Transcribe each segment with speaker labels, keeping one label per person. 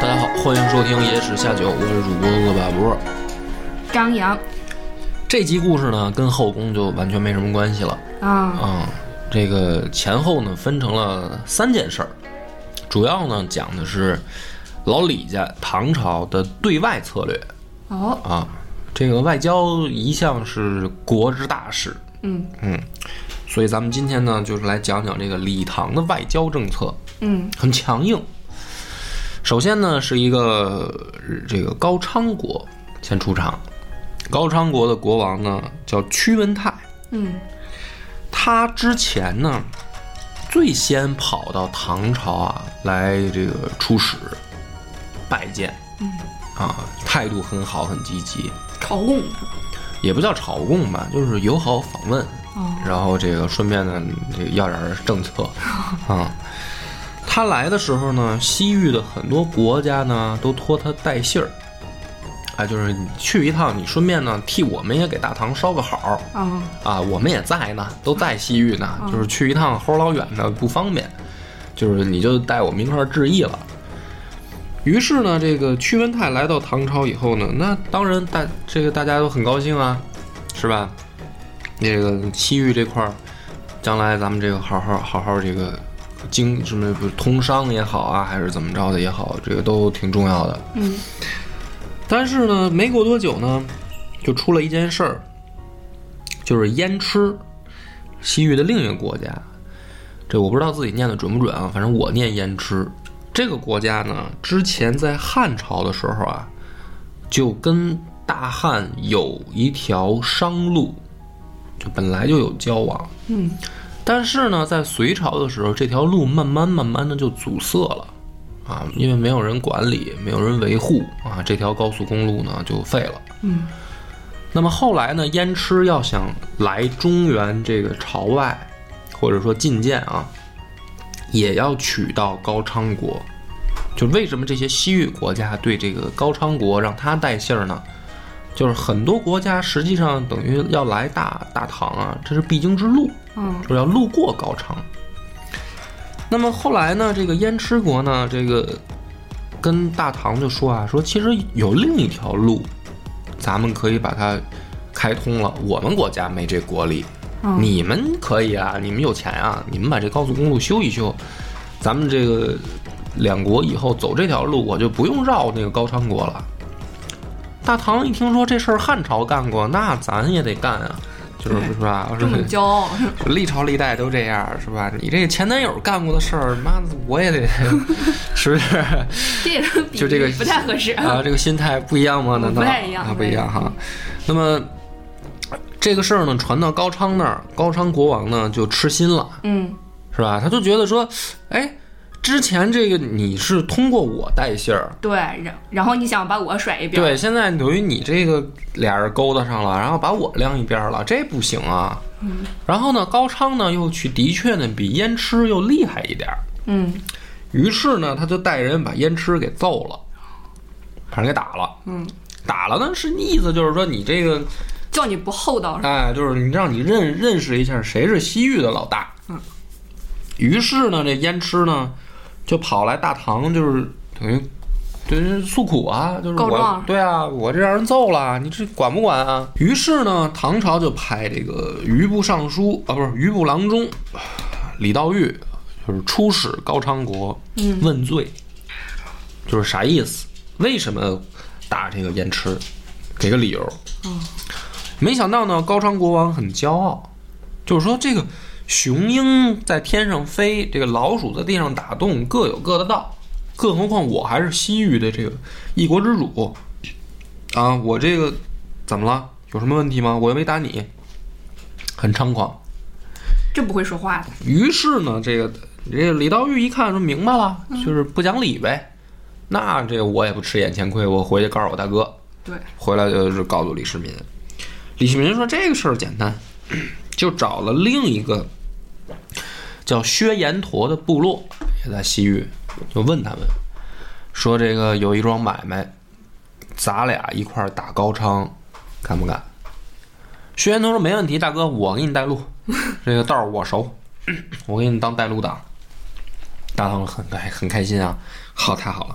Speaker 1: 大家好，欢迎收听《野史下酒》，我是主播恶霸波。
Speaker 2: 张扬
Speaker 1: 这集故事呢，跟后宫就完全没什么关系了。
Speaker 2: 啊，
Speaker 1: 嗯，这个前后呢分成了三件事儿，主要呢讲的是老李家唐朝的对外策略
Speaker 2: 哦，
Speaker 1: 啊。这个外交一向是国之大事，
Speaker 2: 嗯
Speaker 1: 嗯，所以咱们今天呢，就是来讲讲这个李唐的外交政策。
Speaker 2: 嗯
Speaker 1: 很强硬。首先呢，是一个呃这个高昌国先出场，高昌国的国王呢叫屈文泰，
Speaker 2: 嗯
Speaker 1: 他之前呢最先跑到唐朝啊来这个出使拜见，啊态度很好，很积极，
Speaker 2: 朝贡
Speaker 1: 也不叫朝贡吧，就是友好访问，
Speaker 2: 哦，
Speaker 1: 然后这个顺便呢，这个要点儿政策啊。他来的时候呢，西域的很多国家呢都托他带信儿，哎，就是你去一趟，你顺便呢替我们也给大唐捎个好
Speaker 2: 啊
Speaker 1: 啊，我们也在呢，都在西域呢，就是去一趟齁老远的不方便，就是你就带我们一块儿致意了。于是呢，这个屈文泰来到唐朝以后呢，那当然大这个大家都很高兴啊，是吧？那个西域这块儿，将来咱们这个好好好好这个经什么不是通商也好啊，还是怎么着的也好，这个都挺重要的。
Speaker 2: 嗯
Speaker 1: 但是呢，没过多久呢，就出了一件事儿，就是燕痴，西域的另一个国家。这我不知道自己念的准不准啊，反正我念燕痴。这个国家呢，之前在汉朝的时候啊，就跟大汉有一条商路，就本来就有交往。
Speaker 2: 嗯
Speaker 1: 但是呢，在隋朝的时候，这条路慢慢慢慢的就阻塞了，啊，因为没有人管理，没有人维护啊，这条高速公路呢就废了。
Speaker 2: 嗯
Speaker 1: 那么后来呢，燕痴要想来中原这个朝外，或者说觐见啊，也要取到高昌国。就为什么这些西域国家对这个高昌国让他带信儿呢？就是很多国家实际上等于要来大大唐啊，这是必经之路。
Speaker 2: 嗯
Speaker 1: 就是要路过高昌。那么后来呢，这个燕痴国呢，这个跟大唐就说啊，说其实有另一条路，咱们可以把它开通了。我们国家没这国力，
Speaker 2: 嗯
Speaker 1: 你们可以啊，你们有钱啊，你们把这高速公路修一修，咱们这个两国以后走这条路，我就不用绕那个高昌国了。大唐一听说这事儿汉朝干过，那咱也得干啊，就是是吧？
Speaker 2: 这么骄傲，
Speaker 1: 历朝历代都这样，是吧？你这前男友干过的事儿，妈的，我 也得，是不是？
Speaker 2: 这个比
Speaker 1: 就这个
Speaker 2: 喻不太合适。
Speaker 1: 啊，这个心态不一样吗？难道
Speaker 2: 不太一样
Speaker 1: 啊，不
Speaker 2: 不太
Speaker 1: 一
Speaker 2: 一样
Speaker 1: 样哈。那么这个事儿呢，传到高昌那儿，高昌国王呢就痴心了，
Speaker 2: 嗯
Speaker 1: 是吧？他就觉得说，哎，之前这个你是通过我带信儿，
Speaker 2: 对，然然后你想把我甩一边，
Speaker 1: 对，现在等于你这个俩人勾搭上了，然后把我晾一边儿了，这不行啊。
Speaker 2: 嗯
Speaker 1: 然后呢，高昌呢又去，的确呢比燕痴又厉害一点儿。
Speaker 2: 嗯
Speaker 1: 于是呢，他就带人把燕痴给揍了，反正给打了。
Speaker 2: 嗯，
Speaker 1: 打了呢是意思就是说你这个，
Speaker 2: 叫你不厚道是吧？
Speaker 1: 哎，就是你让你认认识一下谁是西域的老大。
Speaker 2: 嗯，
Speaker 1: 于是呢，这燕痴呢就跑来大唐，就是等于等于诉苦啊，就是
Speaker 2: 告
Speaker 1: 我
Speaker 2: 状
Speaker 1: 对啊，我这让人揍了，你这管不管啊？于是呢，唐朝就派这个余部尚书啊，不是余部郎中李道玉，就是出使高昌国
Speaker 2: 嗯
Speaker 1: 问罪，就是啥意思？为什么打这个燕痴？给个理由。
Speaker 2: 哦
Speaker 1: 没想到呢，高昌国王很骄傲，就是说这个雄鹰在天上飞，这个老鼠在地上打洞，各有各的道。更何况我还是西域的这个一国之主啊！我这个怎么了？有什么问题吗？我又没打你，很猖狂。
Speaker 2: 这不会说话的，
Speaker 1: 于是呢，这个这个李道玉一看说明白了，就是不讲理呗。那这个我也不吃眼前亏，我回去告诉我大哥，
Speaker 2: 对，
Speaker 1: 回来呃就是告诉李世民。李世民说这个事儿简单，就找了另一个叫薛延陀的部落，也在西域，就问他们说这个有一桩买卖，咱俩一块儿打高昌，敢不敢？”薛延通说：“没问题，大哥，我给你带路，这个道儿我熟，我给你当带路党。”大唐很开很开心啊，好，太好了。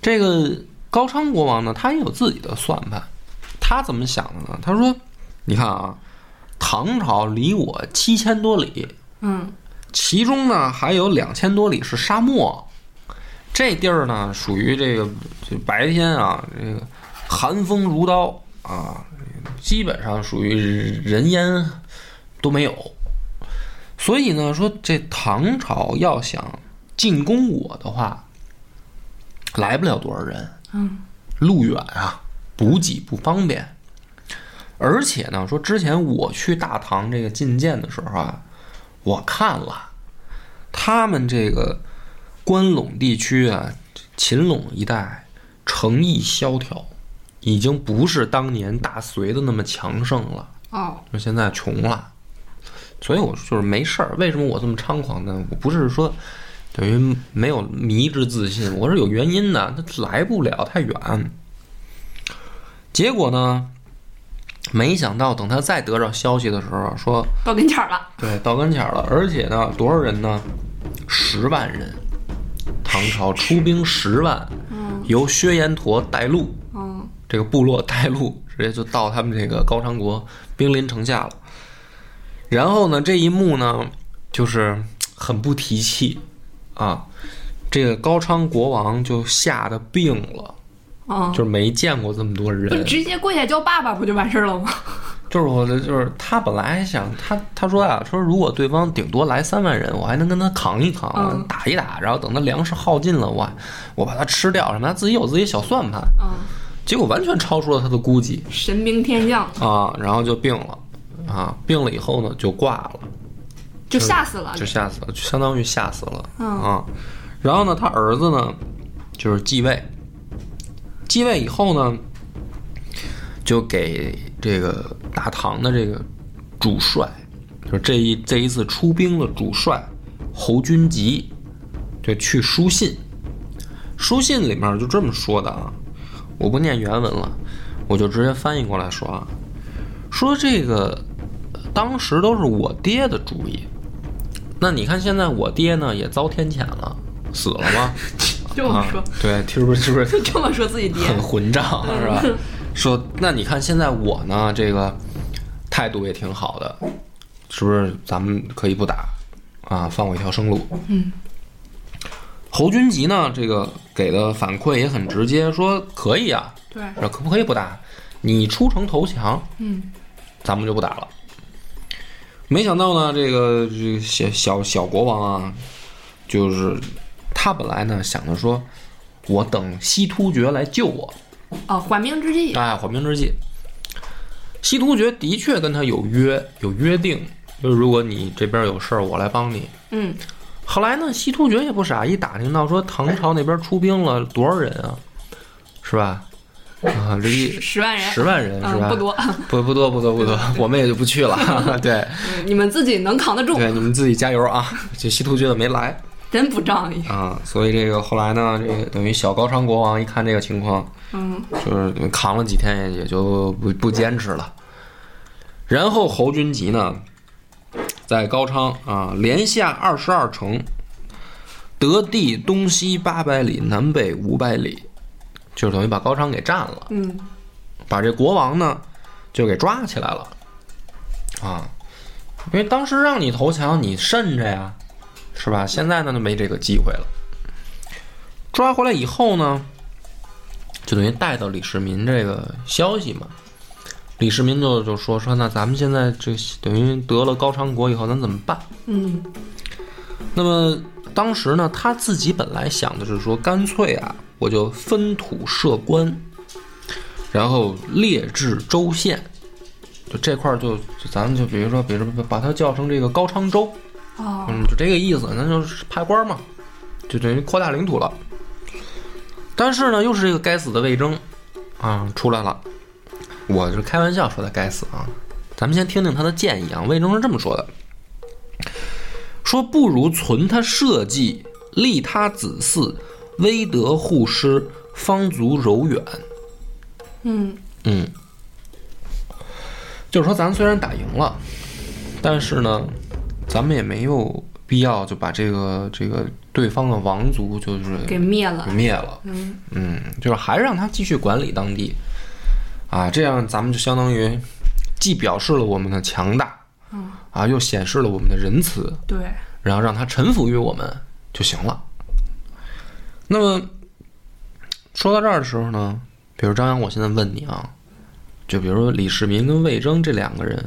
Speaker 1: 这个高昌国王呢，他也有自己的算盘，他怎么想的呢？他说：“你看啊，唐朝离我七千多里，
Speaker 2: 嗯
Speaker 1: 其中呢还有两千多里是沙漠，这地儿呢属于这个就白天啊，这个寒风如刀啊，基本上属于人烟都没有。所以呢，说这唐朝要想进攻我的话，来不了多少人，
Speaker 2: 嗯
Speaker 1: 路远啊，补给不方便。而且呢，说之前我去大唐这个觐见的时候啊，我看了他们这个关陇地区啊，秦陇啊一带城邑萧条，已经不是当年大隋的那么强盛了。
Speaker 2: 哦，
Speaker 1: 说现在穷了，所以我就是没事儿。为什么我这么猖狂呢？我不是说等于没有迷之自信，我是有原因的。他来不了太远，结果呢，没想到等他再得着消息的时候，啊说
Speaker 2: 到跟前儿了，
Speaker 1: 对到跟前儿了，而且呢，多少人呢？十万人，唐朝出兵十万，由薛延陀带路。
Speaker 2: 嗯
Speaker 1: 这个部落带路，直接就到他们这个高昌国兵临城下了。然后呢，这一幕呢，就是嘖很不提气啊。这个高昌国王就吓得病了，
Speaker 2: 嗯
Speaker 1: 就，是没见过这么多人
Speaker 2: 不。直接跪下叫爸爸不就完事儿了 吗？
Speaker 1: 就是我的，就是他本来想他他说啊，说如果对方顶多来三万人，我还能跟他扛一扛，
Speaker 2: 嗯
Speaker 1: 我打一打，然后等他粮食耗尽了，我我把他吃掉什么，他自己有自己小算盘。
Speaker 2: 嗯，
Speaker 1: 结果完全超出了他的估计。
Speaker 2: 神兵天降，
Speaker 1: 啊，然后就病了，啊，病了以后呢就挂了，
Speaker 2: 就吓死了
Speaker 1: 就，吓死了，就相当于吓死了、
Speaker 2: 嗯
Speaker 1: 啊。然后呢，他儿子呢就是继位，继位以后呢，就给这个大唐的这个主帅，就是这一这一次出兵的主帅侯君集，就去书信，书信里面就这么说的啊，我不念原文了，我就直接翻译过来说啊，说这个呃当时都是我爹的主意，那你看现在我爹呢也遭天谴了，死了 吗？
Speaker 2: 这么说嗯
Speaker 1: 啊，对，是不是是不是
Speaker 2: 就这么说自己爹，
Speaker 1: 很混账啊是吧？说那你看现在我呢，这个态度也挺好的，是不是？咱们可以不打啊，放我一条生路。
Speaker 2: 嗯。
Speaker 1: 侯君集呢，这个给的反馈也很直接，说可以啊，
Speaker 2: 对，
Speaker 1: 说可不可以不打？你出城投降，
Speaker 2: 嗯
Speaker 1: 咱们就不打了。没想到呢，这个这个小小小国王啊，就是他本来呢想着说，我等西突厥来救我，
Speaker 2: 哦，缓兵之计，
Speaker 1: 哎，缓兵之计。西突厥的确跟他有约，有约定，就是如果你这边有事儿，我来帮你。
Speaker 2: 嗯
Speaker 1: 后来呢，西突厥也不傻，一打听到说唐朝那边出兵了多少人啊，是吧？啊，这一
Speaker 2: 十十万人，
Speaker 1: 十万人是吧？
Speaker 2: 嗯，不多，
Speaker 1: 不不多不多不多，我们也就不去 了。对
Speaker 2: 嗯你们自己能扛得住，
Speaker 1: 对，你们自己加油啊！这西突厥的没来
Speaker 2: 真不仗义，
Speaker 1: 啊，所以这个后来呢，这个等于小高昌国王一看这个情况，
Speaker 2: 嗯
Speaker 1: 就是扛了几天也也就不不坚持了。然后侯君集呢，在高昌啊连下二十二城，得地东西八百里，南北五百里，就是等于把高昌给占了，
Speaker 2: 嗯，
Speaker 1: 把这国王呢就给抓起来了啊。因为当时让你投降，你慎着呀，是吧？现在呢就没这个机会了。抓回来以后呢，就等于带到李世民这个消息嘛。李世民就就说说，那咱们现在这等于得了高昌国以后，咱怎么办？
Speaker 2: 嗯，
Speaker 1: 那么当时呢，他自己本来想的是说，干脆啊，我就分土设官，然后列置州县，就这块儿就就咱们就比如说，比如说把它叫成这个高昌州，
Speaker 2: 哦，
Speaker 1: 嗯，就这个意思，那就是派官嘛，就等于扩大领土了。但是呢，又是这个该死的魏征啊出来了，我是开玩笑说他该死啊。咱们先听听他的建议啊，魏征是这么说的：说不如存他社稷，立他子嗣，威德护师，方足柔远。
Speaker 2: 嗯
Speaker 1: 嗯，就是说，咱虽然打赢了，但是呢，咱们也没有必要就把这个这个对方的王族就是
Speaker 2: 给灭了
Speaker 1: 给。灭了。
Speaker 2: 嗯
Speaker 1: 嗯，就是还是让他继续管理当地，啊，这样咱们就相当于既表示了我们的强大，
Speaker 2: 嗯，
Speaker 1: 啊，又显示了我们的仁慈，
Speaker 2: 对，
Speaker 1: 然后让他臣服于我们就行了。那么说到这儿的时候呢，比如张扬，我现在问你啊，就比如说李世民跟魏征这两个人，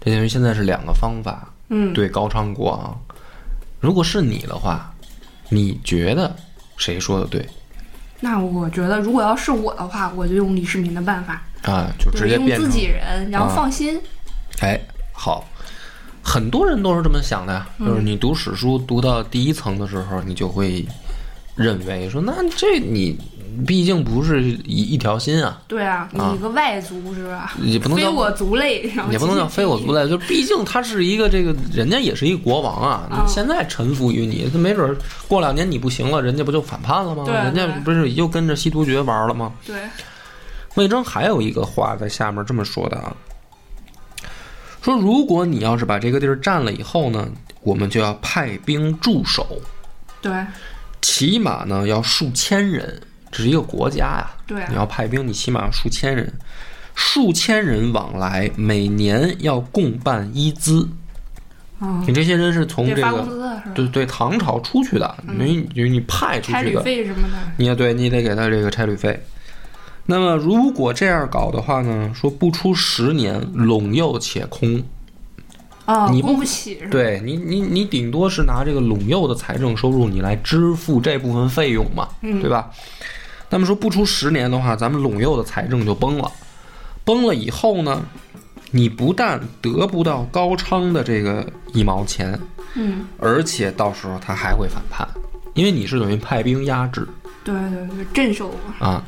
Speaker 1: 这等于现在是两个方法
Speaker 2: 嗯，
Speaker 1: 对高昌国王。如果是你的话，你觉得谁说的对
Speaker 2: 那我觉得如果要是我的话，我就用李世民的办法，
Speaker 1: 啊？就直
Speaker 2: 就是
Speaker 1: 接
Speaker 2: 用
Speaker 1: 变
Speaker 2: 自
Speaker 1: 成
Speaker 2: 己人，然
Speaker 1: 啊
Speaker 2: 后放心。
Speaker 1: 哎，好，很多人都是这么想的呀，就是
Speaker 2: 嗯
Speaker 1: 你读史书读到第一层的时候，你就会认为说，那这你毕竟不是一一条心啊，
Speaker 2: 对啊，
Speaker 1: 啊
Speaker 2: 你一个外族是吧？
Speaker 1: 也不能
Speaker 2: 非
Speaker 1: 叫
Speaker 2: 我族类，然后
Speaker 1: 也不能叫非我族类，就毕竟他是一个这个人家也是一个国王啊，
Speaker 2: 啊
Speaker 1: 你现在臣服于你，他没准儿过两年你不行了，人家不就反叛了吗？
Speaker 2: 对
Speaker 1: 人家
Speaker 2: 对
Speaker 1: 不是又跟着西突厥玩了吗？
Speaker 2: 对，
Speaker 1: 魏征还有一个话在下面这么说的啊，说如果你要是把这个地儿占了以后呢，我们就要派兵驻守，
Speaker 2: 对
Speaker 1: 起码呢要数千人，这是一个国家呀、
Speaker 2: 对啊
Speaker 1: 你要派兵，你起码要数千人，数千人往来，每年要共办一资。
Speaker 2: 嗯，
Speaker 1: 你这些人是从
Speaker 2: 得
Speaker 1: 这
Speaker 2: 发工
Speaker 1: 个
Speaker 2: 资是吧？
Speaker 1: 对对唐朝出去的，你你你派出
Speaker 2: 差
Speaker 1: 去
Speaker 2: 旅
Speaker 1: 的，
Speaker 2: 费什么的，
Speaker 1: 你也对你得给他这个差旅费。那么如果这样搞的话呢，说不出十年，陇右且空。
Speaker 2: 啊，
Speaker 1: 你不
Speaker 2: 供不起是吧？
Speaker 1: 对你，你你顶多是拿这个陇右的财政收入，你来支付这部分费用嘛，
Speaker 2: 嗯
Speaker 1: 对吧？那么说不出十年的话，咱们陇右的财政就崩了。崩了以后呢，你不但得不到高昌的这个一毛钱，
Speaker 2: 嗯，
Speaker 1: 而且到时候他还会反叛，因为你是等于派兵压制。
Speaker 2: 对对对，镇守嘛
Speaker 1: 啊。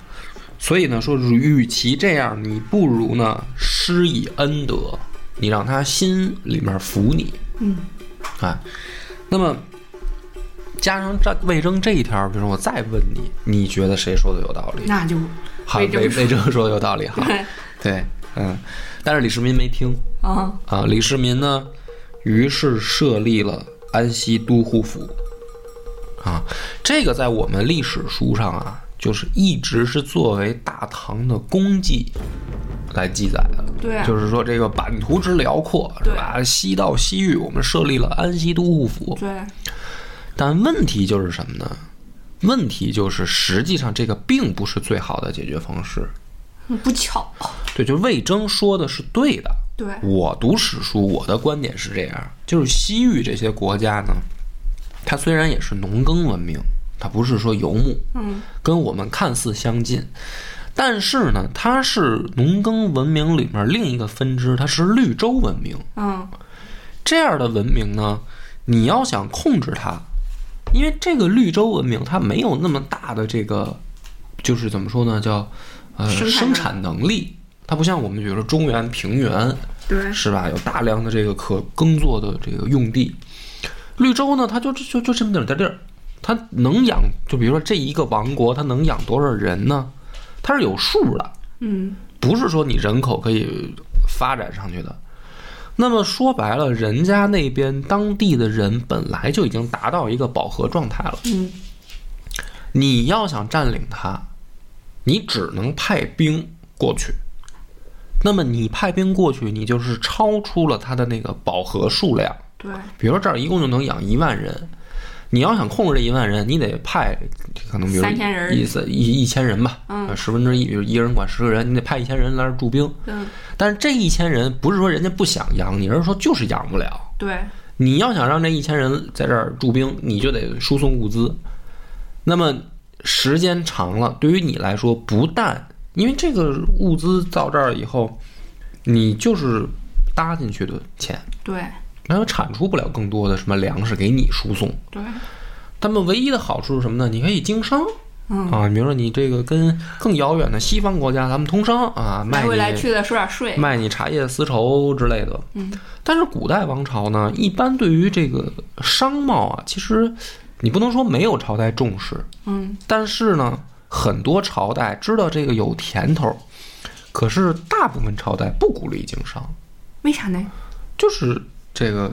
Speaker 1: 所以呢，说与其这样，你不如呢施以恩德，你让他心里面服你，
Speaker 2: 嗯，
Speaker 1: 哎，那么加上这魏征这一条，比如说我再问你，你觉得谁说的有道理？
Speaker 2: 那就
Speaker 1: 好，魏
Speaker 2: 魏征说
Speaker 1: 魏征说的有道理哈，
Speaker 2: 对
Speaker 1: 对，嗯，但是李世民没听
Speaker 2: 啊，
Speaker 1: 啊，李世民呢，于是设立了安西都护府，啊，这个在我们历史书上啊，就是一直是作为大唐的功绩来记载的。
Speaker 2: 对啊
Speaker 1: 就是说这个版图之辽阔，是吧？西到西域，我们设立了安西都护府。
Speaker 2: 对，
Speaker 1: 但问题就是什么呢？问题就是，实际上这个并不是最好的解决方式。
Speaker 2: 嗯不巧，
Speaker 1: 对，就魏征说的是对的，
Speaker 2: 对，
Speaker 1: 我读史书，我的观点是这样，就是西域这些国家呢，它虽然也是农耕文明，它不是说游牧，
Speaker 2: 嗯，
Speaker 1: 跟我们看似相近，但是呢，它是农耕文明里面另一个分支，它是绿洲文明。
Speaker 2: 嗯，
Speaker 1: 这样的文明呢，你要想控制它，因为这个绿洲文明它没有那么大的这个，就是怎么说呢，叫呃
Speaker 2: 生产能力
Speaker 1: 生产能力，它不像我们比如说中原、平原。
Speaker 2: 对，
Speaker 1: 是吧？有大量的这个可耕作的这个用地。绿洲呢，它就就就就这么点儿地儿，它能养，就比如说这一个王国，它能养多少人呢？它是有数的，
Speaker 2: 嗯，
Speaker 1: 不是说你人口可以发展上去的。那么说白了，人家那边当地的人本来就已经达到一个饱和状态了，
Speaker 2: 嗯，
Speaker 1: 你要想占领它，你只能派兵过去。那么你派兵过去，你就是超出了它的那个饱和数量。
Speaker 2: 对，
Speaker 1: 比如说这儿一共就能养一万人，你要想控制这一万人，你得派可能比如
Speaker 2: 三千人
Speaker 1: 一一一千人吧，
Speaker 2: 嗯
Speaker 1: 呃十分之一，比如一人管十个人，你得派一千人来这儿驻兵。
Speaker 2: 嗯，
Speaker 1: 但是这一千人不是说人家不想养你，而是说就是养不了。
Speaker 2: 对，
Speaker 1: 你要想让这一千人在这儿驻兵，你就得输送物资。那么时间长了，对于你来说，不但因为这个物资到这儿以后，你就是搭进去的钱，
Speaker 2: 对，
Speaker 1: 那产出不了更多的什么粮食给你输送。
Speaker 2: 对，
Speaker 1: 他们唯一的好处是什么呢？你可以经商
Speaker 2: 嗯，
Speaker 1: 啊，比如说你这个跟更遥远的西方国家咱们通商啊，卖
Speaker 2: 来
Speaker 1: 你
Speaker 2: 回来去的收点税，
Speaker 1: 卖你茶叶、丝绸之类的。
Speaker 2: 嗯，
Speaker 1: 但是古代王朝呢，一般对于这个商贸啊，其实你不能说没有朝代重视，
Speaker 2: 嗯
Speaker 1: 但是呢，很多朝代知道这个有甜头，可是大部分朝代不鼓励经商，
Speaker 2: 为啥呢？
Speaker 1: 就是这个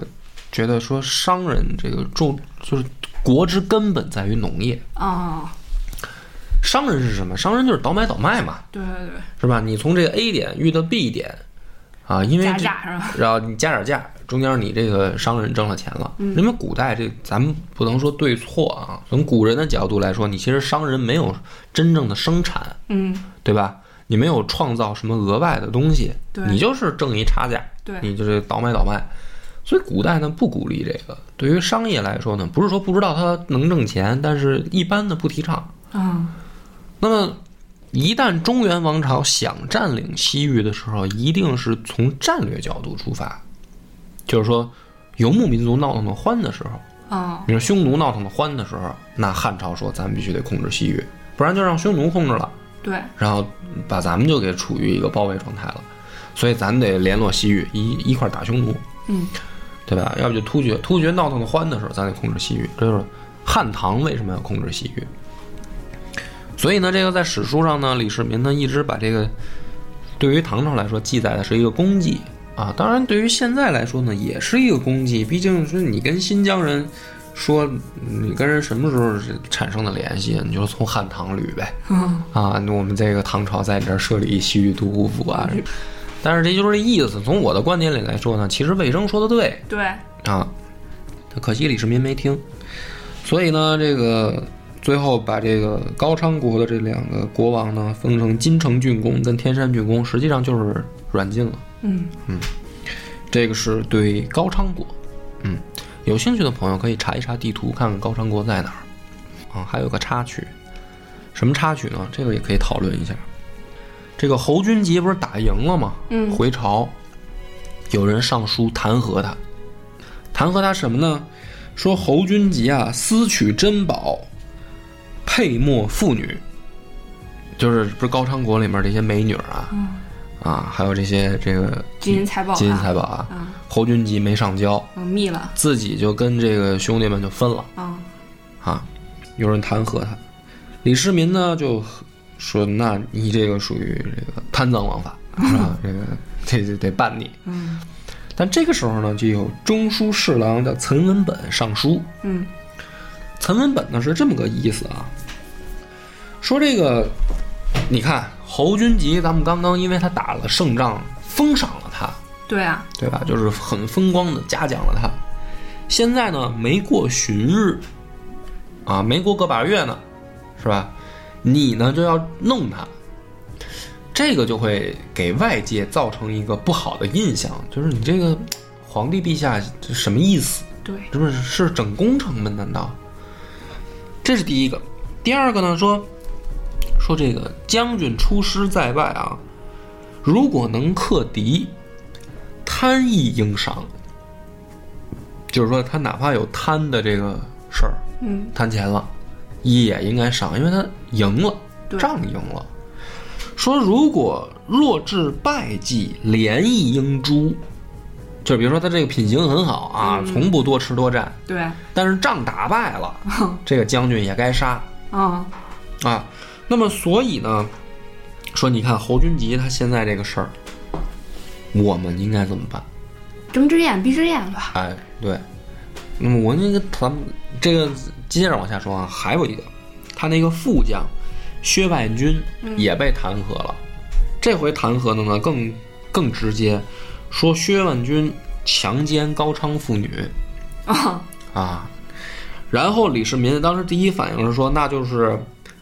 Speaker 1: 觉得说商人这个重就是国之根本在于农业，
Speaker 2: 哦，
Speaker 1: 商人是什么？商人就是倒买倒卖嘛，
Speaker 2: 对对对，
Speaker 1: 是吧？你从这个 A 点遇到 B 点，啊，因为
Speaker 2: 加
Speaker 1: 这
Speaker 2: 价是吧？
Speaker 1: 然后你加点价，中间你这个商人挣了钱了。
Speaker 2: 嗯
Speaker 1: 因为古代这咱们不能说对错啊，从古人的角度来说，你其实商人没有真正的生产，
Speaker 2: 嗯，
Speaker 1: 对吧？你没有创造什么额外的东西，
Speaker 2: 对
Speaker 1: 你就是挣一差价，
Speaker 2: 对
Speaker 1: 你就是倒买倒卖。所以古代呢不鼓励这个，对于商业来说呢，不是说不知道它能挣钱，但是一般的不提倡。
Speaker 2: 啊，
Speaker 1: 那么，一旦中原王朝想占领西域的时候，一定是从战略角度出发，就是说，游牧民族闹腾的欢的时候，
Speaker 2: 哦，
Speaker 1: 你说匈奴闹腾的欢的时候，那汉朝说咱们必须得控制西域，不然就让匈奴控制了，
Speaker 2: 对，
Speaker 1: 然后把咱们就给处于一个包围状态了，所以咱得联络西域一一块儿打匈奴，
Speaker 2: 嗯，
Speaker 1: 对吧？要不就突厥，突厥闹腾的欢的时候，咱得控制西域。这就是汉唐为什么要控制西域。所以呢，这个在史书上呢，李世民呢一直把这个对于唐朝来说记载的是一个功绩啊。当然，对于现在来说呢，也是一个功绩。毕竟是你跟新疆人说你跟人什么时候是产生的联系，啊你就从汉唐捋呗。
Speaker 2: 嗯，
Speaker 1: 啊，那我们这个唐朝在你这儿设立西域都护府啊。但是这就是这意思。从我的观点里来说呢，其实魏征说的对，
Speaker 2: 对，
Speaker 1: 啊，可惜李世民没听，所以呢，这个最后把这个高昌国的这两个国王呢封成金城郡公跟天山郡公，实际上就是软禁了。
Speaker 2: 嗯，
Speaker 1: 这个是对高昌国，嗯，有兴趣的朋友可以查一查地图，看看高昌国在哪儿。啊，还有个插曲，什么插曲呢？这个也可以讨论一下。这个侯君集不是打赢了吗？
Speaker 2: 嗯
Speaker 1: 回朝，有人上书弹劾他，弹劾他什么呢？说侯君集啊，私取珍宝，配没妇女，就是不是高昌国里面这些美女儿啊，啊，还有这些这个
Speaker 2: 嗯金银财宝啊
Speaker 1: 金银财宝啊，
Speaker 2: 啊，
Speaker 1: 侯君集没上交，
Speaker 2: 嗯，密了，
Speaker 1: 自己就跟这个兄弟们就分了
Speaker 2: 啊，
Speaker 1: 啊。有人弹劾他，李世民呢就说：“那你这个属于这个贪赃枉 法，是吧？这个这这得办你。
Speaker 2: 嗯”
Speaker 1: 但这个时候呢，就有中书侍郎叫岑文本上书，
Speaker 2: 嗯
Speaker 1: 岑文本呢是这么个意思啊，说这个，你看侯君集，咱们刚刚因为他打了胜仗，封赏了他，
Speaker 2: 对啊，
Speaker 1: 对吧？就是很风光的嘉奖了他。现在呢，没过旬日，啊，没过个把月呢，是吧？你呢就要弄他，这个就会给外界造成一个不好的印象，就是你这个皇帝陛下这什么意思？
Speaker 2: 对，
Speaker 1: 这不是是整工程吗？难道？这是第一个。第二个呢，说说这个将军出师在外啊，如果能克敌，贪亦应赏。就是说，他哪怕有贪的这个事儿，
Speaker 2: 嗯
Speaker 1: 贪钱了，也应该赏，因为他赢了，
Speaker 2: 对
Speaker 1: 仗赢了。说如果弱智败绩，廉亦应诛。就比如说他这个品行很好啊，从不多吃多占，
Speaker 2: 对，
Speaker 1: 但是仗打败了，
Speaker 2: 哼
Speaker 1: 这个将军也该杀
Speaker 2: 啊，
Speaker 1: 啊。那么所以呢，说你看侯君集他现在这个事儿，我们应该怎么办？
Speaker 2: 睁只眼闭只眼吧，
Speaker 1: 哎，对。那么我那个咱们这个接着往下说啊，还有一个，他那个副将薛外军也被弹劾了。这回弹劾的呢更更直接，说薛万军强奸高昌妇女
Speaker 2: 啊，
Speaker 1: 啊。然后李世民当时第一反应是说，那就是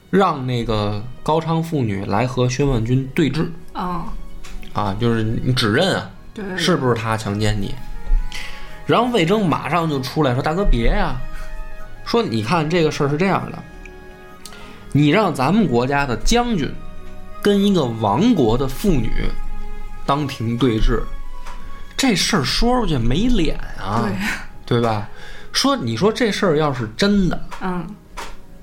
Speaker 1: 让那个高昌妇女来和薛万军对峙
Speaker 2: 啊，
Speaker 1: 啊，就是你指认啊，
Speaker 2: 对，对，
Speaker 1: 是不是他强奸你？然后魏征马上就出来说：“大哥别呀、说你看这个事儿是这样的，你让咱们国家的将军跟一个亡国的妇女当庭对峙，这事儿说出去没脸啊，对吧？说你说这事儿要是真的，
Speaker 2: 嗯，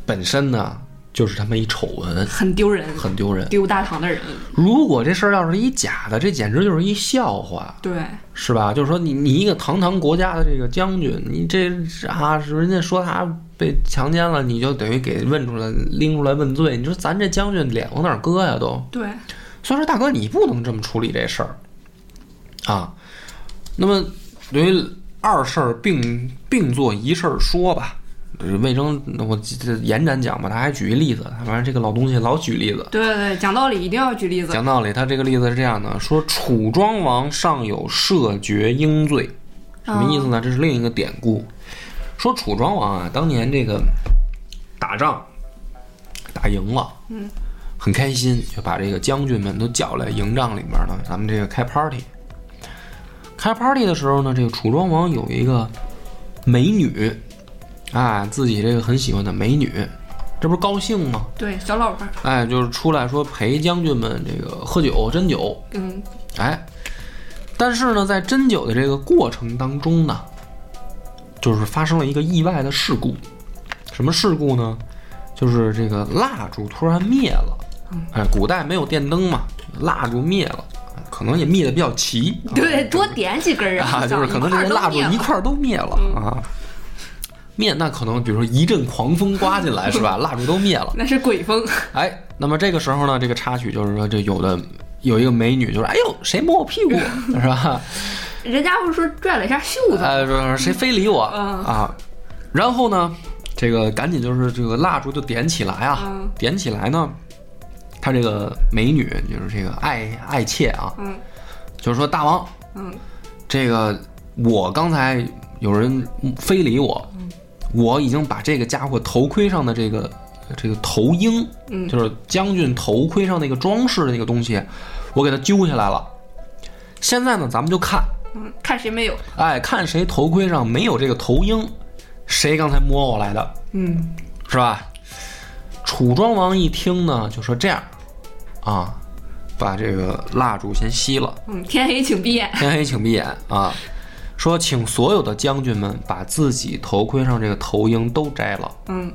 Speaker 1: 本身呢就是他妈一丑闻，
Speaker 2: 很丢人，
Speaker 1: 很丢人。
Speaker 2: 丢大唐的人，
Speaker 1: 如果这事儿要是一假的，这简直就是一笑话。
Speaker 2: 对，
Speaker 1: 是吧？就是说你你一个堂堂国家的这个将军，你这啊，是人家说他被强奸了，你就等于给问出来拎出来问罪。你说咱这将军脸往哪儿搁呀？都，
Speaker 2: 对，
Speaker 1: 所以说大哥你不能这么处理这事儿啊。那么对于二事儿并并做一事儿说吧。就是魏征，我这延展讲吧，他还举一例子，反正这个老东西老举例子，
Speaker 2: 对对对，讲道理一定要举例子。
Speaker 1: 讲道理，他这个例子是这样的：说楚庄王上有赦爵英罪，什么意思呢？这是另一个典故。说楚庄王啊，当年这个打仗打赢了，嗯，很开心，就把这个将军们都叫来营帐里面呢，咱们这个开 party。开 party 的时候呢，这个楚庄王有一个美女，啊，自己这个很喜欢的美女，这不是高兴吗？
Speaker 2: 对，小老婆，
Speaker 1: 哎，就是出来说陪将军们这个喝酒斟酒，
Speaker 2: 嗯，
Speaker 1: 哎，但是呢，在斟酒的这个过程当中呢，就是发生了一个意外的事故。什么事故呢？就是这个蜡烛突然灭了。哎，古代没有电灯嘛，蜡烛灭了，可能也灭的比较齐。啊
Speaker 2: 对，多点几根儿
Speaker 1: 啊，就是可能这些蜡烛一块儿都灭了啊。灭那可能，比如说一阵狂风刮进来，是吧？蜡烛都灭了。
Speaker 2: 那是鬼风，
Speaker 1: 哎，那么这个时候呢，这个插曲就是说，这有的有一个美女就是，哎呦，谁摸我屁股啊 是吧？
Speaker 2: 人家不是说拽了一下袖子，
Speaker 1: 哎，说谁非礼我
Speaker 2: 嗯
Speaker 1: 啊？然后呢，这个赶紧就是这个蜡烛就点起来啊
Speaker 2: 嗯，
Speaker 1: 点起来呢，她这个美女就是这个爱爱妾啊，
Speaker 2: 嗯
Speaker 1: 就是说大王，
Speaker 2: 嗯，
Speaker 1: 这个我刚才有人非礼我，
Speaker 2: 嗯
Speaker 1: 我已经把这个家伙头盔上的这个这个头缨，
Speaker 2: 嗯
Speaker 1: 就是将军头盔上那个装饰的那个东西，我给它揪下来了。现在呢，咱们就看，
Speaker 2: 嗯，看谁没有，
Speaker 1: 哎，看谁头盔上没有这个头缨，谁刚才摸我来的，
Speaker 2: 嗯，
Speaker 1: 是吧？楚庄王一听呢，就说这样，啊，把这个蜡烛先熄了。
Speaker 2: 嗯，天黑请闭眼，
Speaker 1: 天黑请闭眼啊！说，请所有的将军们把自己头盔上这个头缨都摘了
Speaker 2: 嗯，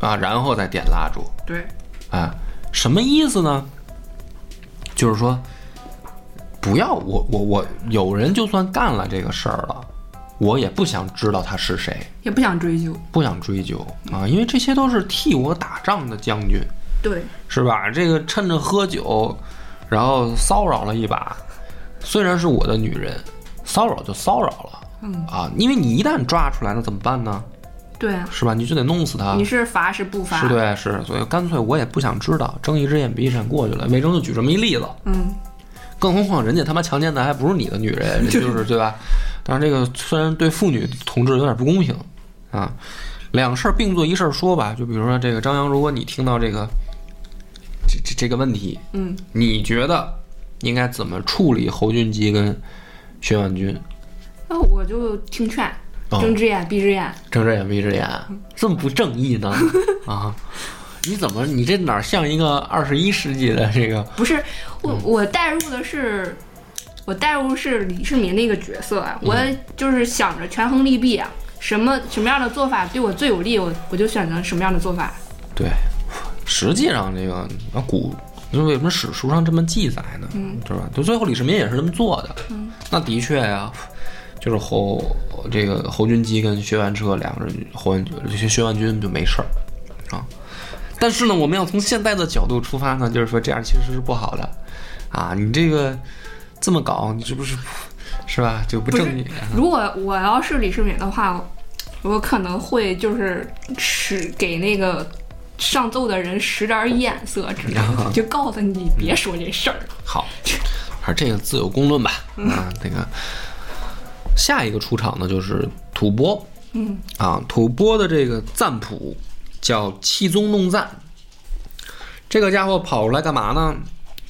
Speaker 1: 啊，然后再点蜡烛。
Speaker 2: 对，
Speaker 1: 啊，什么意思呢？就是说，不要我我我有人就算干了这个事儿了，我也不想知道他是谁，
Speaker 2: 也不想追究，
Speaker 1: 不想追究啊，因为这些都是替我打仗的将军，
Speaker 2: 对，
Speaker 1: 是吧？这个趁着喝酒，然后骚扰了一把，虽然是我的女人，骚扰就骚扰了，
Speaker 2: 嗯
Speaker 1: 啊，因为你一旦抓出来了怎么办呢？
Speaker 2: 对啊，
Speaker 1: 是吧？你就得弄死他
Speaker 2: 你，是罚是不罚
Speaker 1: 是？对是，所以干脆我也不想知道，睁一只眼闭一只眼过去了。魏征就举这么一例子，
Speaker 2: 嗯，
Speaker 1: 更何况人家他妈强奸的还不是你的女人，就是对吧？但是这个虽然对妇女同志有点不公平啊，两事儿并作一事儿说吧。就比如说这个张扬，如果你听到这个这这这个问题，
Speaker 2: 嗯，
Speaker 1: 你觉得应该怎么处理侯俊基跟薛婉君？
Speaker 2: 那哦我就听劝，
Speaker 1: 哦
Speaker 2: 睁只眼闭只眼，
Speaker 1: 睁只眼闭只眼，这么不正义呢？啊，你怎么你这哪儿像一个二十一世纪的这个？
Speaker 2: 不是我
Speaker 1: 嗯
Speaker 2: 我带入的是。我带入是李世民那个角色
Speaker 1: 嗯
Speaker 2: 啊，我就是想着权衡利弊啊，什么什么样的做法对我最有利，我我就选择什么样的做法。
Speaker 1: 对，实际上这个啊古，就为什么史书上这么记载呢？对吧？就最后李世民也是这么做的。那的确呀、就是侯这个侯君基跟薛万彻两个人，侯文薛薛万军就没事儿啊。但是呢，我们要从现在的角度出发呢，就是说这样其实是不好的啊！你这个这么搞，你这不是是吧？就不
Speaker 2: 不是
Speaker 1: 正义。
Speaker 2: 如果我要是李世民的话，我可能会就是使给那个上奏的人使点儿眼色之类的，就告诉你别说这事儿了。
Speaker 1: 好，而这个自有公论吧。啊，这个下一个出场的就是吐蕃。嗯，啊，吐蕃的这个赞普叫弃宗弄赞。这个家伙跑出来干嘛呢？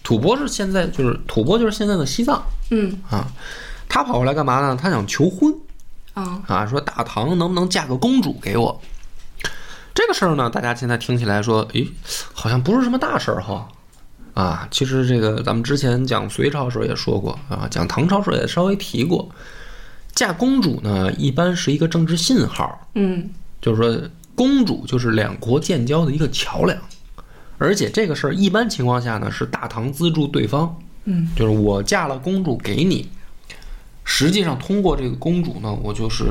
Speaker 1: 吐蕃是现在就是吐蕃就是现在的西藏
Speaker 2: 嗯
Speaker 1: 啊，他跑过来干嘛呢？他想求婚
Speaker 2: 啊，
Speaker 1: 啊，说大唐能不能嫁个公主给我？这个事儿呢，大家现在听起来说，诶，好像不是什么大事儿哈。啊，其实这个咱们之前讲隋朝时候也说过啊，讲唐朝时候也稍微提过，嫁公主呢一般是一个政治信号，
Speaker 2: 嗯
Speaker 1: 就是说公主就是两国建交的一个桥梁，而且这个事儿一般情况下呢是大唐资助对方，
Speaker 2: 嗯，
Speaker 1: 就是我嫁了公主给你，实际上通过这个公主呢，我就是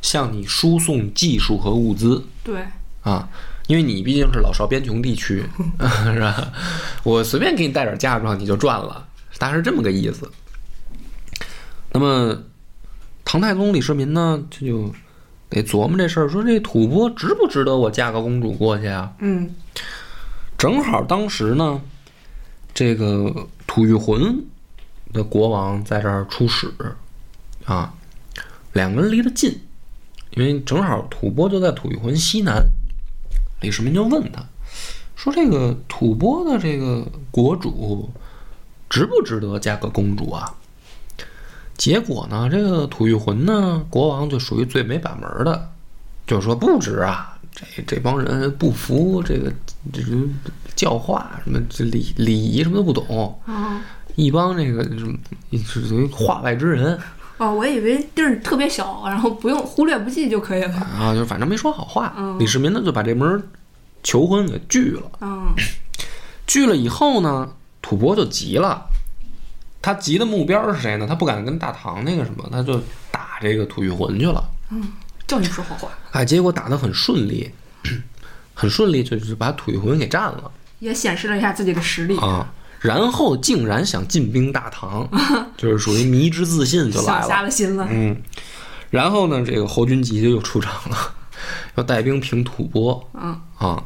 Speaker 1: 向你输送技术和物资
Speaker 2: 对，
Speaker 1: 啊，因为你毕竟是老少边穷地区，是吧？我随便给你带点嫁妆，你就赚了，大概是这么个意思。那么，唐太宗李世民呢，这就得琢磨这事儿，说这吐蕃值不值得我嫁个公主过去啊？
Speaker 2: 嗯
Speaker 1: 正好当时呢，这个吐谷浑的国王在这儿出使，啊，两个人离得近，因为正好吐蕃就在吐谷浑西南。李世民就问他，说这个吐蕃的这个国主值不值得嫁个公主啊？结果呢，这个吐谷浑呢，国王就属于最没把门儿的，就说不值啊，这这帮人不服这个这这教化什么这礼礼仪什么都不懂，
Speaker 2: 啊
Speaker 1: 一帮这个什么是属于话外之人
Speaker 2: 哦，我以为地儿特别小，然后不用忽略不计就可以了。
Speaker 1: 啊，就反正没说好话。
Speaker 2: 嗯
Speaker 1: 李世民呢就把这门求婚给拒了。
Speaker 2: 嗯
Speaker 1: 拒了以后呢，吐蕃就急了，他急的目标是谁呢？他不敢跟大唐那个什么，他就打这个吐谷浑去了。
Speaker 2: 嗯，叫你说好话
Speaker 1: 哎，结果打得很顺利， 很顺利，就是把吐谷浑给占了。
Speaker 2: 也显示了一下自己的实力。
Speaker 1: 啊，然后竟然想进兵大唐，就是属于迷之自信就来
Speaker 2: 想瞎
Speaker 1: 了。
Speaker 2: 了心了，
Speaker 1: 嗯，然后呢，这个侯君集就又出场了， 要带兵平吐蕃
Speaker 2: 嗯，
Speaker 1: 啊。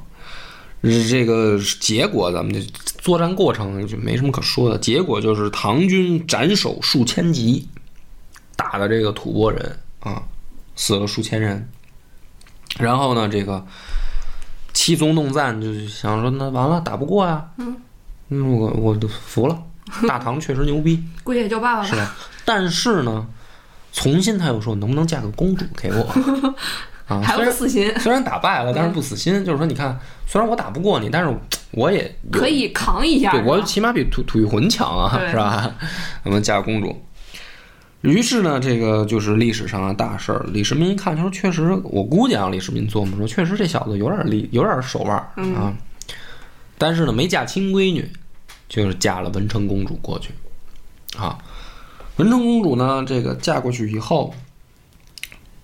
Speaker 1: 这个结果，咱们这作战过程就没什么可说的。结果就是唐军斩首数千级，打的这个吐蕃人啊，死了数千人。然后呢，这个七宗弄赞就是想说，那完了，打不过呀、嗯，我我都服了，大唐确实牛逼，
Speaker 2: 姑爷叫爸爸
Speaker 1: 是
Speaker 2: 吧。
Speaker 1: 吧？但是呢，重新他又说，能不能嫁个公主给我？ 啊，
Speaker 2: 还
Speaker 1: 虽
Speaker 2: 不
Speaker 1: 然
Speaker 2: 死心，
Speaker 1: 虽然打败了，但是不死心，就是说，你看，虽然我打不过你，但是我也有
Speaker 2: 可以扛一下。
Speaker 1: 对我
Speaker 2: 是吧
Speaker 1: 起码比吐吐谷浑强啊，
Speaker 2: 对
Speaker 1: 是吧？ 那么嫁个公主。于是呢，这个就是历史上的大事儿。李世民一看，他说：“确实，我估计啊，李世民琢磨说，确实这小子有点力，有点手腕儿啊。但是呢，没嫁亲闺女，就是嫁了文成公主过去啊。文成公主呢，这个嫁过去以后，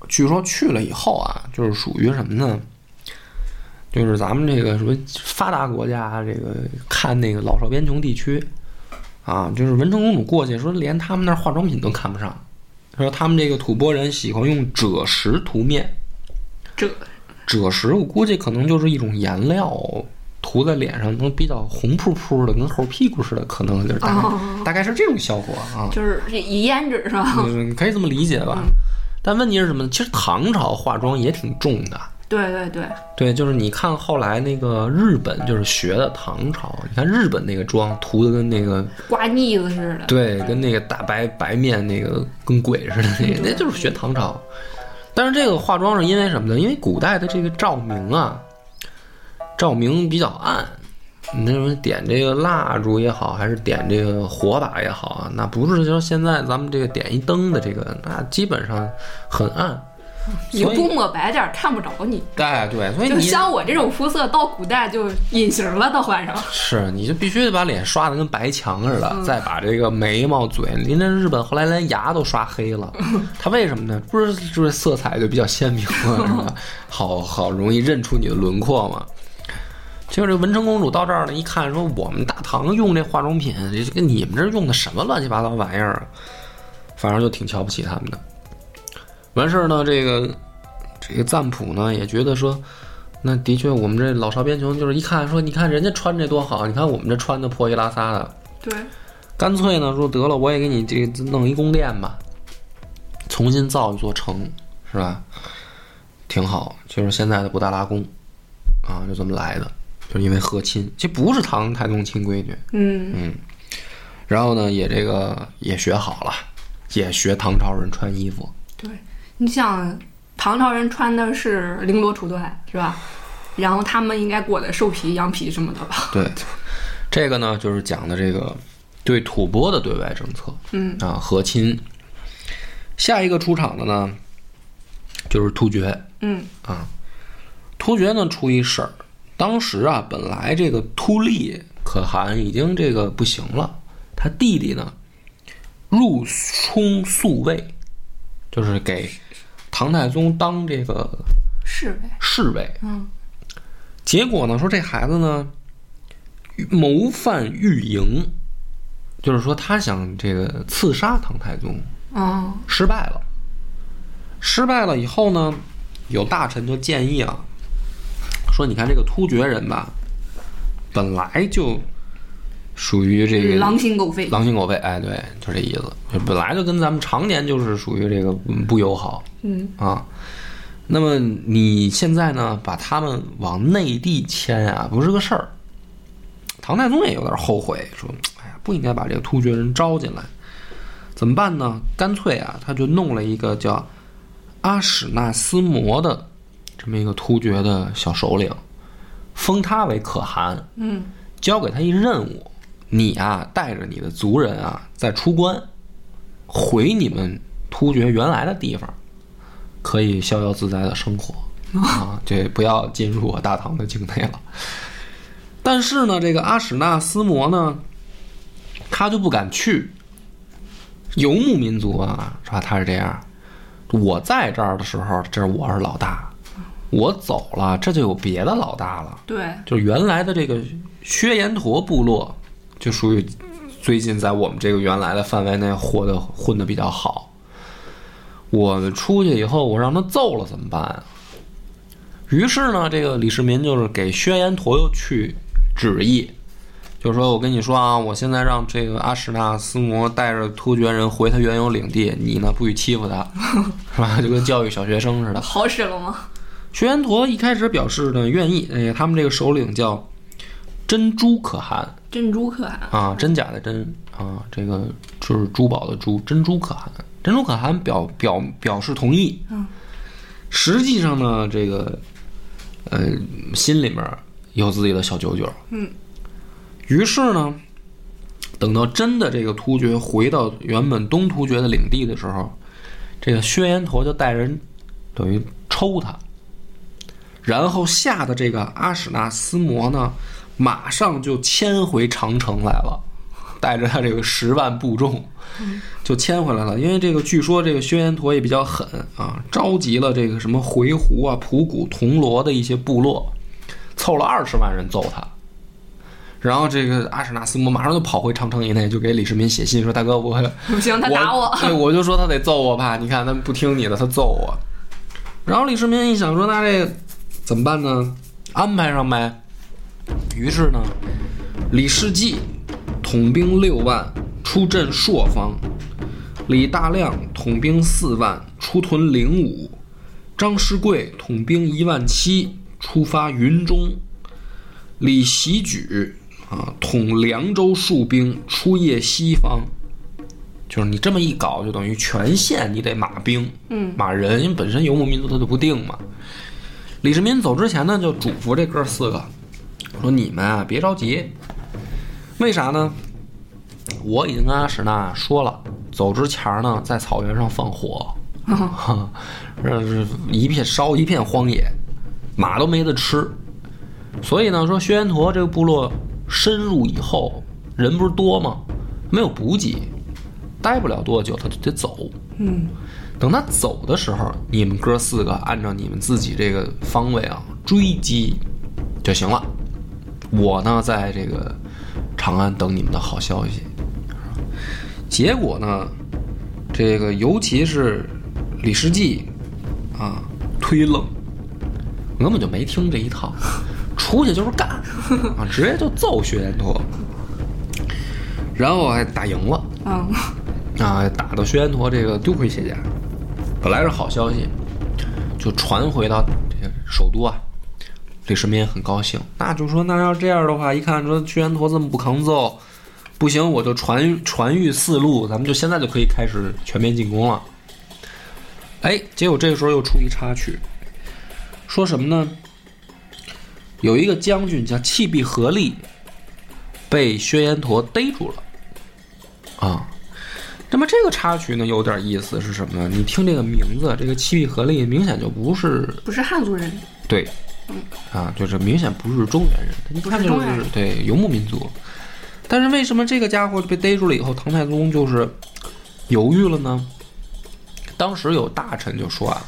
Speaker 1: 据说去了以后啊，就是属于什么呢？就是咱们这个什么发达国家，这个看那个老少边穷地区，啊，就是文成公主过去说，连他们那儿化妆品都看不上。他说他们这个吐蕃人喜欢用赭石涂面，
Speaker 2: 这
Speaker 1: 赭石我估计可能就是一种颜料，涂在脸上能比较红扑扑的，跟猴屁股似的，可能就是大概、
Speaker 2: 哦
Speaker 1: 大概是这种效果啊。
Speaker 2: 就是一胭脂是吧？
Speaker 1: 嗯，可以这么理解吧。但问题是什么呢？其实唐朝化妆也挺重的，
Speaker 2: 对对对，
Speaker 1: 对，就是你看后来那个日本，就是学的唐朝。你看日本那个妆涂的跟那个，
Speaker 2: 刮腻子似的。
Speaker 1: 对，跟那个大白白面那个跟鬼似的，那个那就是学唐朝。但是这个化妆是因为什么呢？因为古代的这个照明啊，照明比较暗，你那什么点这个蜡烛也好，还是点这个火把也好啊，那不是说现在咱们这个点一灯的这个，那基本上很暗。
Speaker 2: 你
Speaker 1: 所以
Speaker 2: 不抹白点儿看不着你，
Speaker 1: 对对，所以
Speaker 2: 就
Speaker 1: 你
Speaker 2: 像我这种肤色，到古代就隐形了，到晚上。
Speaker 1: 是，你就必须得把脸刷的跟白墙似的，再把这个眉毛、嘴，您那日本后来连牙都刷黑了，他为什么呢？不是就是色彩就比较鲜明嘛，是吧？好好容易认出你的轮廓嘛。结果这文成公主到这儿呢，一看说我们大唐用这化妆品，这跟你们这儿用的什么乱七八糟玩意儿啊？反正就挺瞧不起他们的。完事儿呢，这个这个赞普呢也觉得说，那的确我们这老少边穷，就是一看说，你看人家穿这多好，你看我们这穿的破衣拉撒的，
Speaker 2: 对，
Speaker 1: 干脆呢说得了，我也给你这个弄一宫殿吧，重新造一座城，是吧？挺好，就是现在的布达拉宫，啊，就这么来的，就是因为和亲，这不是唐太宗亲闺女，
Speaker 2: 嗯，
Speaker 1: 然后呢也这个也学好了，也学唐朝人穿衣服，
Speaker 2: 对，你想，唐朝人穿的是绫罗绸缎是吧？然后他们应该裹的兽皮、羊皮什么的吧？
Speaker 1: 对，这个呢就是讲的这个对吐蕃的对外政策，
Speaker 2: 嗯
Speaker 1: 啊和亲。下一个出场的呢就是突厥，
Speaker 2: 嗯
Speaker 1: 突厥呢出一事儿，当时啊本来这个突利可汗已经这个不行了，他弟弟呢入充宿卫，就是给唐太宗当这个
Speaker 2: 是呗，
Speaker 1: 侍卫，
Speaker 2: 嗯，
Speaker 1: 结果呢，说这孩子呢，谋反欲营，就是说他想这个刺杀唐太宗，
Speaker 2: 哦，
Speaker 1: 失败了。失败了以后呢，有大臣就建议啊，说你看这个突厥人吧，本来就属于这个
Speaker 2: 狼心狗肺，
Speaker 1: 狼心狗肺，哎，对，就这意思，就本来就跟咱们常年就是属于这个嗯不友好，
Speaker 2: 嗯
Speaker 1: 啊。那么你现在呢，把他们往内地迁啊，不是个事儿。唐太宗也有点后悔，说：“哎呀，不应该把这个突厥人招进来。”怎么办呢？干脆啊，他就弄了一个叫阿史那思摩的这么一个突厥的小首领，封他为可汗，
Speaker 2: 嗯，
Speaker 1: 交给他一任务：你啊，带着你的族人啊，再出关，回你们突厥原来的地方，可以逍遥自在的生活啊，这不要进入我大唐的境内了。但是呢，这个阿史那思摩呢，他就不敢去。游牧民族啊，是吧？他是这样。我在这儿的时候，这我是老大，我走了，这就有别的老大了。
Speaker 2: 对，
Speaker 1: 就是原来的这个薛延陀部落，就属于最近在我们这个原来的范围内活的混的比较好。我们出去以后，我让他揍了怎么办啊？于是呢，这个李世民就是给薛延陀又去旨意，就说我跟你说啊，我现在让这个阿史那斯摩带着突厥人回他原有领地，你呢不许欺负他， 是吧？就跟教育小学生似的。
Speaker 2: 好使了吗？
Speaker 1: 薛延陀一开始表示呢愿意，哎，他们这个首领叫珍珠可汗
Speaker 2: 珍珠可汗，
Speaker 1: 啊，真假的真啊，这个就是珠宝的珠，珍珠可汗。珍珠可汗表表表示同意，
Speaker 2: 嗯，
Speaker 1: 实际上呢，这个呃心里面有自己的小九九，
Speaker 2: 嗯，
Speaker 1: 于是呢，等到真的这个突厥回到原本东突厥的领地的时候，这个薛延陀就带人等于抽他，然后吓得这个阿史那思摩呢，马上就迁回长城来了， 带着他这个十万部众就迁回来了。因为这个据说这个薛延陀也比较狠啊，召集了这个什么回鹘啊、吐谷、铜锣的一些部落，凑了二十万人揍他。然后这个阿史那思摩马上就跑回长城以内，就给李世民写信说：“大哥，我
Speaker 2: 不行，他打我，
Speaker 1: 对，我就说他得揍我吧，你看他不听你的，他揍我。然后李世民一想说，那这怎么办呢？安排上呗。于是呢，李世济统兵六万出镇朔方，李大亮统兵四万出屯灵武，张师贵统兵一万七出发云中，李袭举啊统凉州戍兵出夜西方。就是你这么一搞，就等于全县你得马兵，
Speaker 2: 嗯，
Speaker 1: 马人，因为本身游牧民族他就不定嘛。李世民走之前呢，就嘱咐这哥四个，说你们啊别着急，为啥呢？我已经跟阿史那说了，走之前呢，在草原上放火，哈， 这是一片烧一片荒野，马都没得吃。所以呢，说薛延陀这个部落深入以后，人不是多吗？没有补给，待不了多久，他就得走。
Speaker 2: 嗯，
Speaker 1: 等他走的时候，你们哥四个按照你们自己这个方位啊追击就行了。我呢，在这个长安等你们的好消息。结果呢，这个尤其是李世济啊，忒愣，根本就没听这一套，出去就是干 啊，直接就揍薛延陀，然后还打赢了。
Speaker 2: 嗯，
Speaker 1: 啊，打到薛延陀这个丢盔卸甲，本来是好消息，就传回到这个首都啊。李世民也很高兴，那就说那要这样的话，一看说薛延陀这么不抗揍，不行，我就传传谕四路，咱们就现在就可以开始全面进攻了。哎，结果这个时候又出一插曲，说什么呢？有一个将军叫弃必合力，被薛延陀逮住了，啊，那么这个插曲呢，有点意思是什么呢？你听这个名字，这个七臂合力明显就不是
Speaker 2: 不是汉族人，
Speaker 1: 对，啊，就是明显不是中原人，他一看就
Speaker 2: 不是中原
Speaker 1: 是
Speaker 2: 人
Speaker 1: 对游牧民族。但是为什么这个家伙被逮住了以后，唐太宗就是犹豫了呢？当时有大臣就说啊，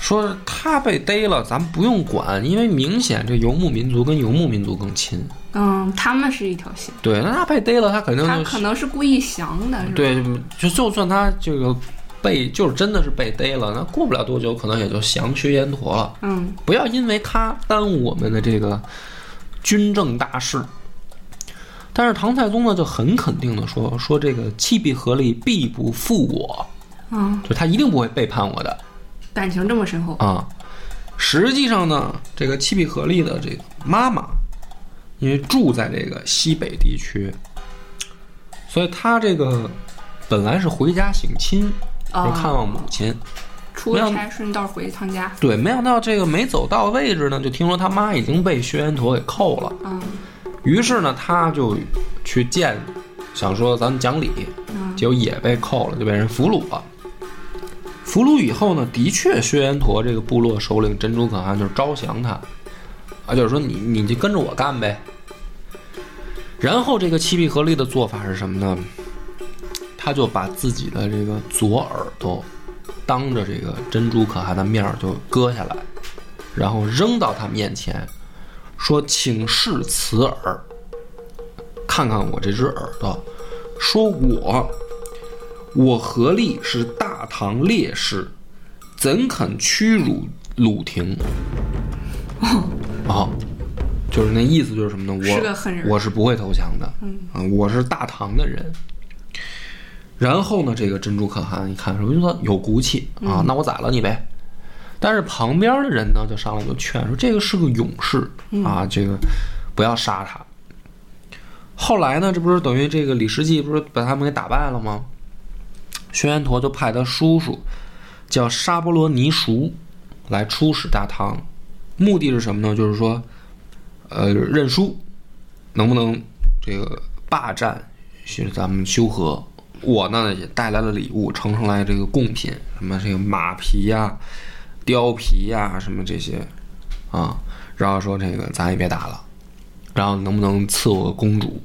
Speaker 1: 说他被逮了，咱不用管，因为明显这游牧民族跟游牧民族更亲。
Speaker 2: 嗯，他们是一条线，
Speaker 1: 对，那他被逮了，他肯定
Speaker 2: 他
Speaker 1: 就
Speaker 2: 可
Speaker 1: 是
Speaker 2: 能是故意降的，是吧？
Speaker 1: 嗯对，就就算他这个被就是真的是被逮了，那过不了多久可能也就降薛延陀了。
Speaker 2: 嗯
Speaker 1: 不要因为他耽误我们的这个军政大事。但是唐太宗呢，就很肯定的说说这个弃必合力，必不负我，
Speaker 2: 嗯，
Speaker 1: 就他一定不会背叛我的
Speaker 2: 感情这么深厚，
Speaker 1: 啊。实际上呢，这个弃必合力的这个妈妈，因为住在这个西北地区，所以她这个本来是回家省亲，
Speaker 2: 哦
Speaker 1: 就看望母亲。
Speaker 2: 出差顺道回一趟家。
Speaker 1: 对，没想到这个没走到位置呢，就听说他妈已经被薛延陀给扣了。
Speaker 2: 嗯
Speaker 1: 于是呢，他就去见，想说咱们讲理，
Speaker 2: 嗯
Speaker 1: 结果也被扣了，就被人俘虏了。俘虏以后呢，的确薛延陀这个部落首领珍珠可汗就是招降他，啊，就是说你你就跟着我干呗。然后这个七必合力的做法是什么呢？他就把自己的这个左耳朵当着这个珍珠可汗的面儿就割下来，然后扔到他面前，说：“请试此耳，看看我这只耳朵。”说我，我何力是大唐烈士，怎肯屈辱鲁廷？啊、就是那意思，就是什么呢？我
Speaker 2: 哦是个狠人
Speaker 1: 我是不会投降的。嗯、我是大唐的人。然后呢，这个珍珠可汗一看，说说有骨气啊，
Speaker 2: 嗯
Speaker 1: 那我宰了你呗。但是旁边的人呢，就上来就劝说，这个是个勇士
Speaker 2: 嗯
Speaker 1: 啊，这个不要杀他。后来呢，这不是等于这个李世济不是把他们给打败了吗？轩辕陀就派他叔叔叫沙波罗尼熟来出使大唐，目的是什么呢？就是说，呃，认输，能不能这个霸占是咱们修和？我呢也带来了礼物，呈上来这个贡品，什么这个马皮呀、貂皮呀、什么这些啊，然后说这个咱也别打了，然后能不能赐我个公主，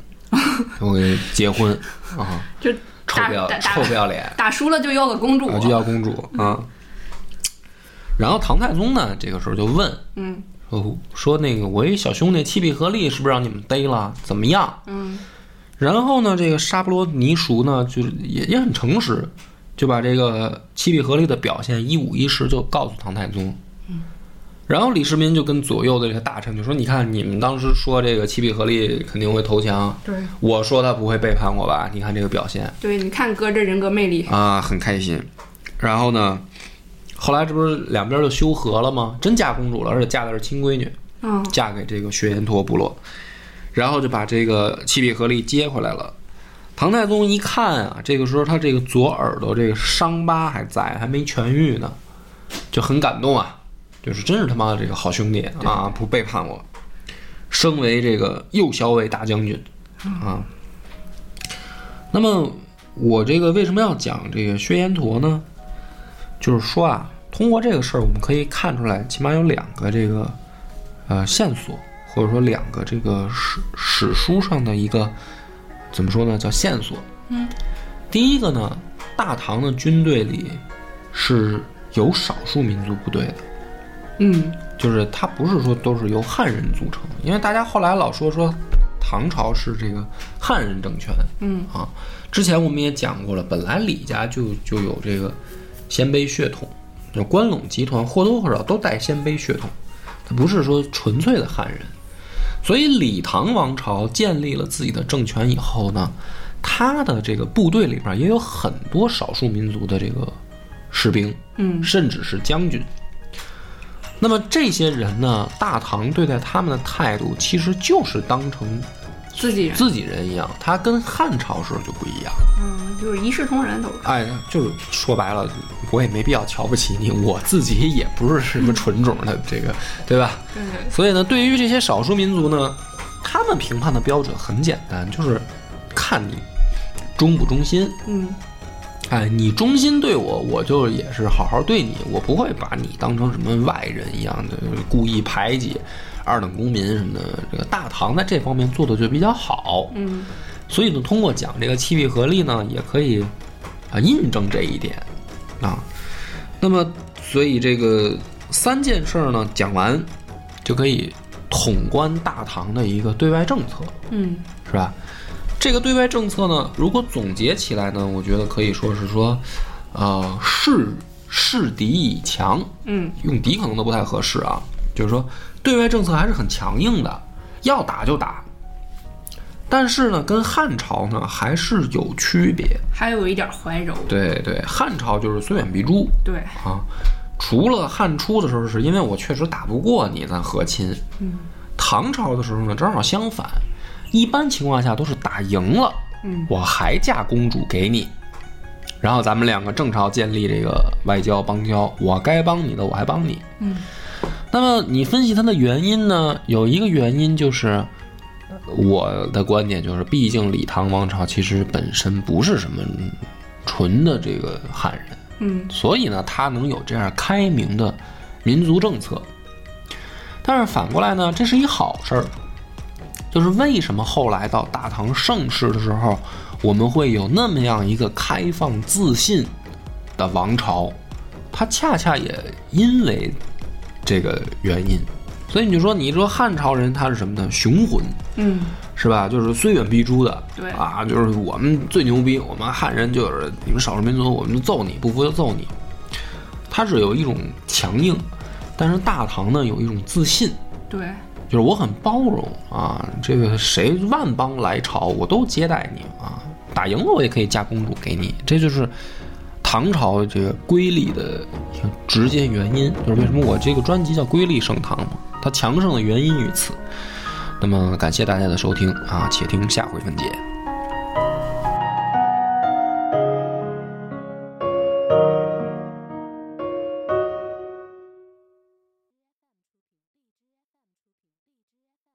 Speaker 1: 我给结婚啊？
Speaker 2: 就
Speaker 1: 臭
Speaker 2: 打
Speaker 1: 不要
Speaker 2: 打
Speaker 1: 臭不
Speaker 2: 打
Speaker 1: 要脸！
Speaker 2: 打输了就要个公主
Speaker 1: 啊，，就叫公主啊。然后唐太宗呢，这个时候就问
Speaker 2: 嗯
Speaker 1: 说说那个我一小兄弟七必合力是不是让你们逮了？怎么样？
Speaker 2: 嗯
Speaker 1: 然后呢，这个沙波罗尼熟呢，就是也也很诚实，就把这个七必合力的表现一五一十就告诉唐太宗。然后李世民就跟左右的这些大臣就说：“你看，你们当时说这个七必合力肯定会投降，
Speaker 2: 对
Speaker 1: 我说他不会背叛我吧？你看这个表现。”
Speaker 2: 对，你看哥这人格魅力，
Speaker 1: 啊，很开心。然后呢，后来这不是两边就修和了吗？真嫁公主了，而且嫁的是亲闺女，
Speaker 2: 嗯
Speaker 1: 嫁给这个薛延陀部落，然后就把这个七必合力接回来了。唐太宗一看啊，这个时候他这个左耳朵这个伤疤还在，还没痊愈呢，就很感动啊，就是真是他妈这个好兄弟啊，不背叛我，升为这个右骁卫大将军啊。那么我这个为什么要讲这个薛延陀呢？就是说啊，通过这个事儿，我们可以看出来，起码有两个这个呃线索，或者说两个这个史史书上的一个怎么说呢，叫线索。
Speaker 2: 嗯，
Speaker 1: 第一个呢，大唐的军队里是有少数民族部队的。
Speaker 2: 嗯
Speaker 1: 就是它不是说都是由汉人组成，因为大家后来老说说唐朝是这个汉人政权，
Speaker 2: 嗯
Speaker 1: 啊，之前我们也讲过了，本来李家就就有这个鲜卑血统，就关陇集团或多或少都带鲜卑血统，它不是说纯粹的汉人，所以李唐王朝建立了自己的政权以后呢，他的这个部队里边也有很多少数民族的这个士兵，
Speaker 2: 嗯
Speaker 1: 甚至是将军。那么这些人呢，大唐对待他们的态度其实就是当成
Speaker 2: 自己人，
Speaker 1: 自己人一样，他跟汉朝时候就不一样。
Speaker 2: 嗯，就是一视同仁都是。
Speaker 1: 哎，就是说白了，我也没必要瞧不起你，我自己也不是什么纯种的，这个对吧？
Speaker 2: 对对
Speaker 1: 所以呢，对于这些少数民族呢，他们评判的标准很简单，就是看你忠不忠心。
Speaker 2: 嗯
Speaker 1: 哎，你忠心对我，我就也是好好对你，我不会把你当成什么外人一样的呃故意排挤、二等公民什么的。这个大唐在这方面做的就比较好，
Speaker 2: 嗯
Speaker 1: 所以呢，通过讲这个七必呃合力呢，也可以啊印证这一点啊。那么所以这个三件事儿呢，讲完就可以统观大唐的一个对外政策，
Speaker 2: 嗯
Speaker 1: 是吧？这个对外政策呢，如果总结起来呢，我觉得可以说是说，呃，势势敌以强，
Speaker 2: 嗯
Speaker 1: 用敌可能都不太合适啊。就是说，对外政策还是很强硬的，要打就打。但是呢，跟汉朝呢还是有区别。
Speaker 2: 还有一点怀柔，
Speaker 1: 对对，汉朝就是虽远必诛
Speaker 2: 对，
Speaker 1: 啊。除了汉初的时候，是因为我确实打不过你，咱和亲。
Speaker 2: 嗯
Speaker 1: 唐朝的时候呢，正好相反，一般情况下都是打赢了，
Speaker 2: 嗯
Speaker 1: 我还嫁公主给你，然后咱们两个正朝建立这个外交邦交，我该帮你的我还帮你。
Speaker 2: 嗯
Speaker 1: 那么你分析它的原因呢？有一个原因就是，我的观点就是，毕竟李唐王朝其实本身不是什么纯的这个汉人，
Speaker 2: 嗯
Speaker 1: 所以呢，他能有这样开明的民族政策。但是反过来呢，这是一好事儿，就是为什么后来到大唐盛世的时候，我们会有那么样一个开放自信的王朝，它恰恰也因为这个原因。所以你就说，你说汉朝人他是什么呢？雄浑，
Speaker 2: 嗯，
Speaker 1: 是吧？就是虽远必诛的，
Speaker 2: 对
Speaker 1: 啊，就是我们最牛逼，我们汉人就是你们少数民族，我们就揍你，不服就揍你。他是有一种强硬，但是大唐呢有一种自信，
Speaker 2: 对，
Speaker 1: 就是我很包容啊，这个谁万邦来朝我都接待你啊，打赢了我也可以嫁公主给你，这就是唐朝这个瑰丽的一个直接原因，就是为什么我这个专辑叫《瑰丽盛唐》嘛，它强盛的原因于此。那么感谢大家的收听啊，且听下回分解。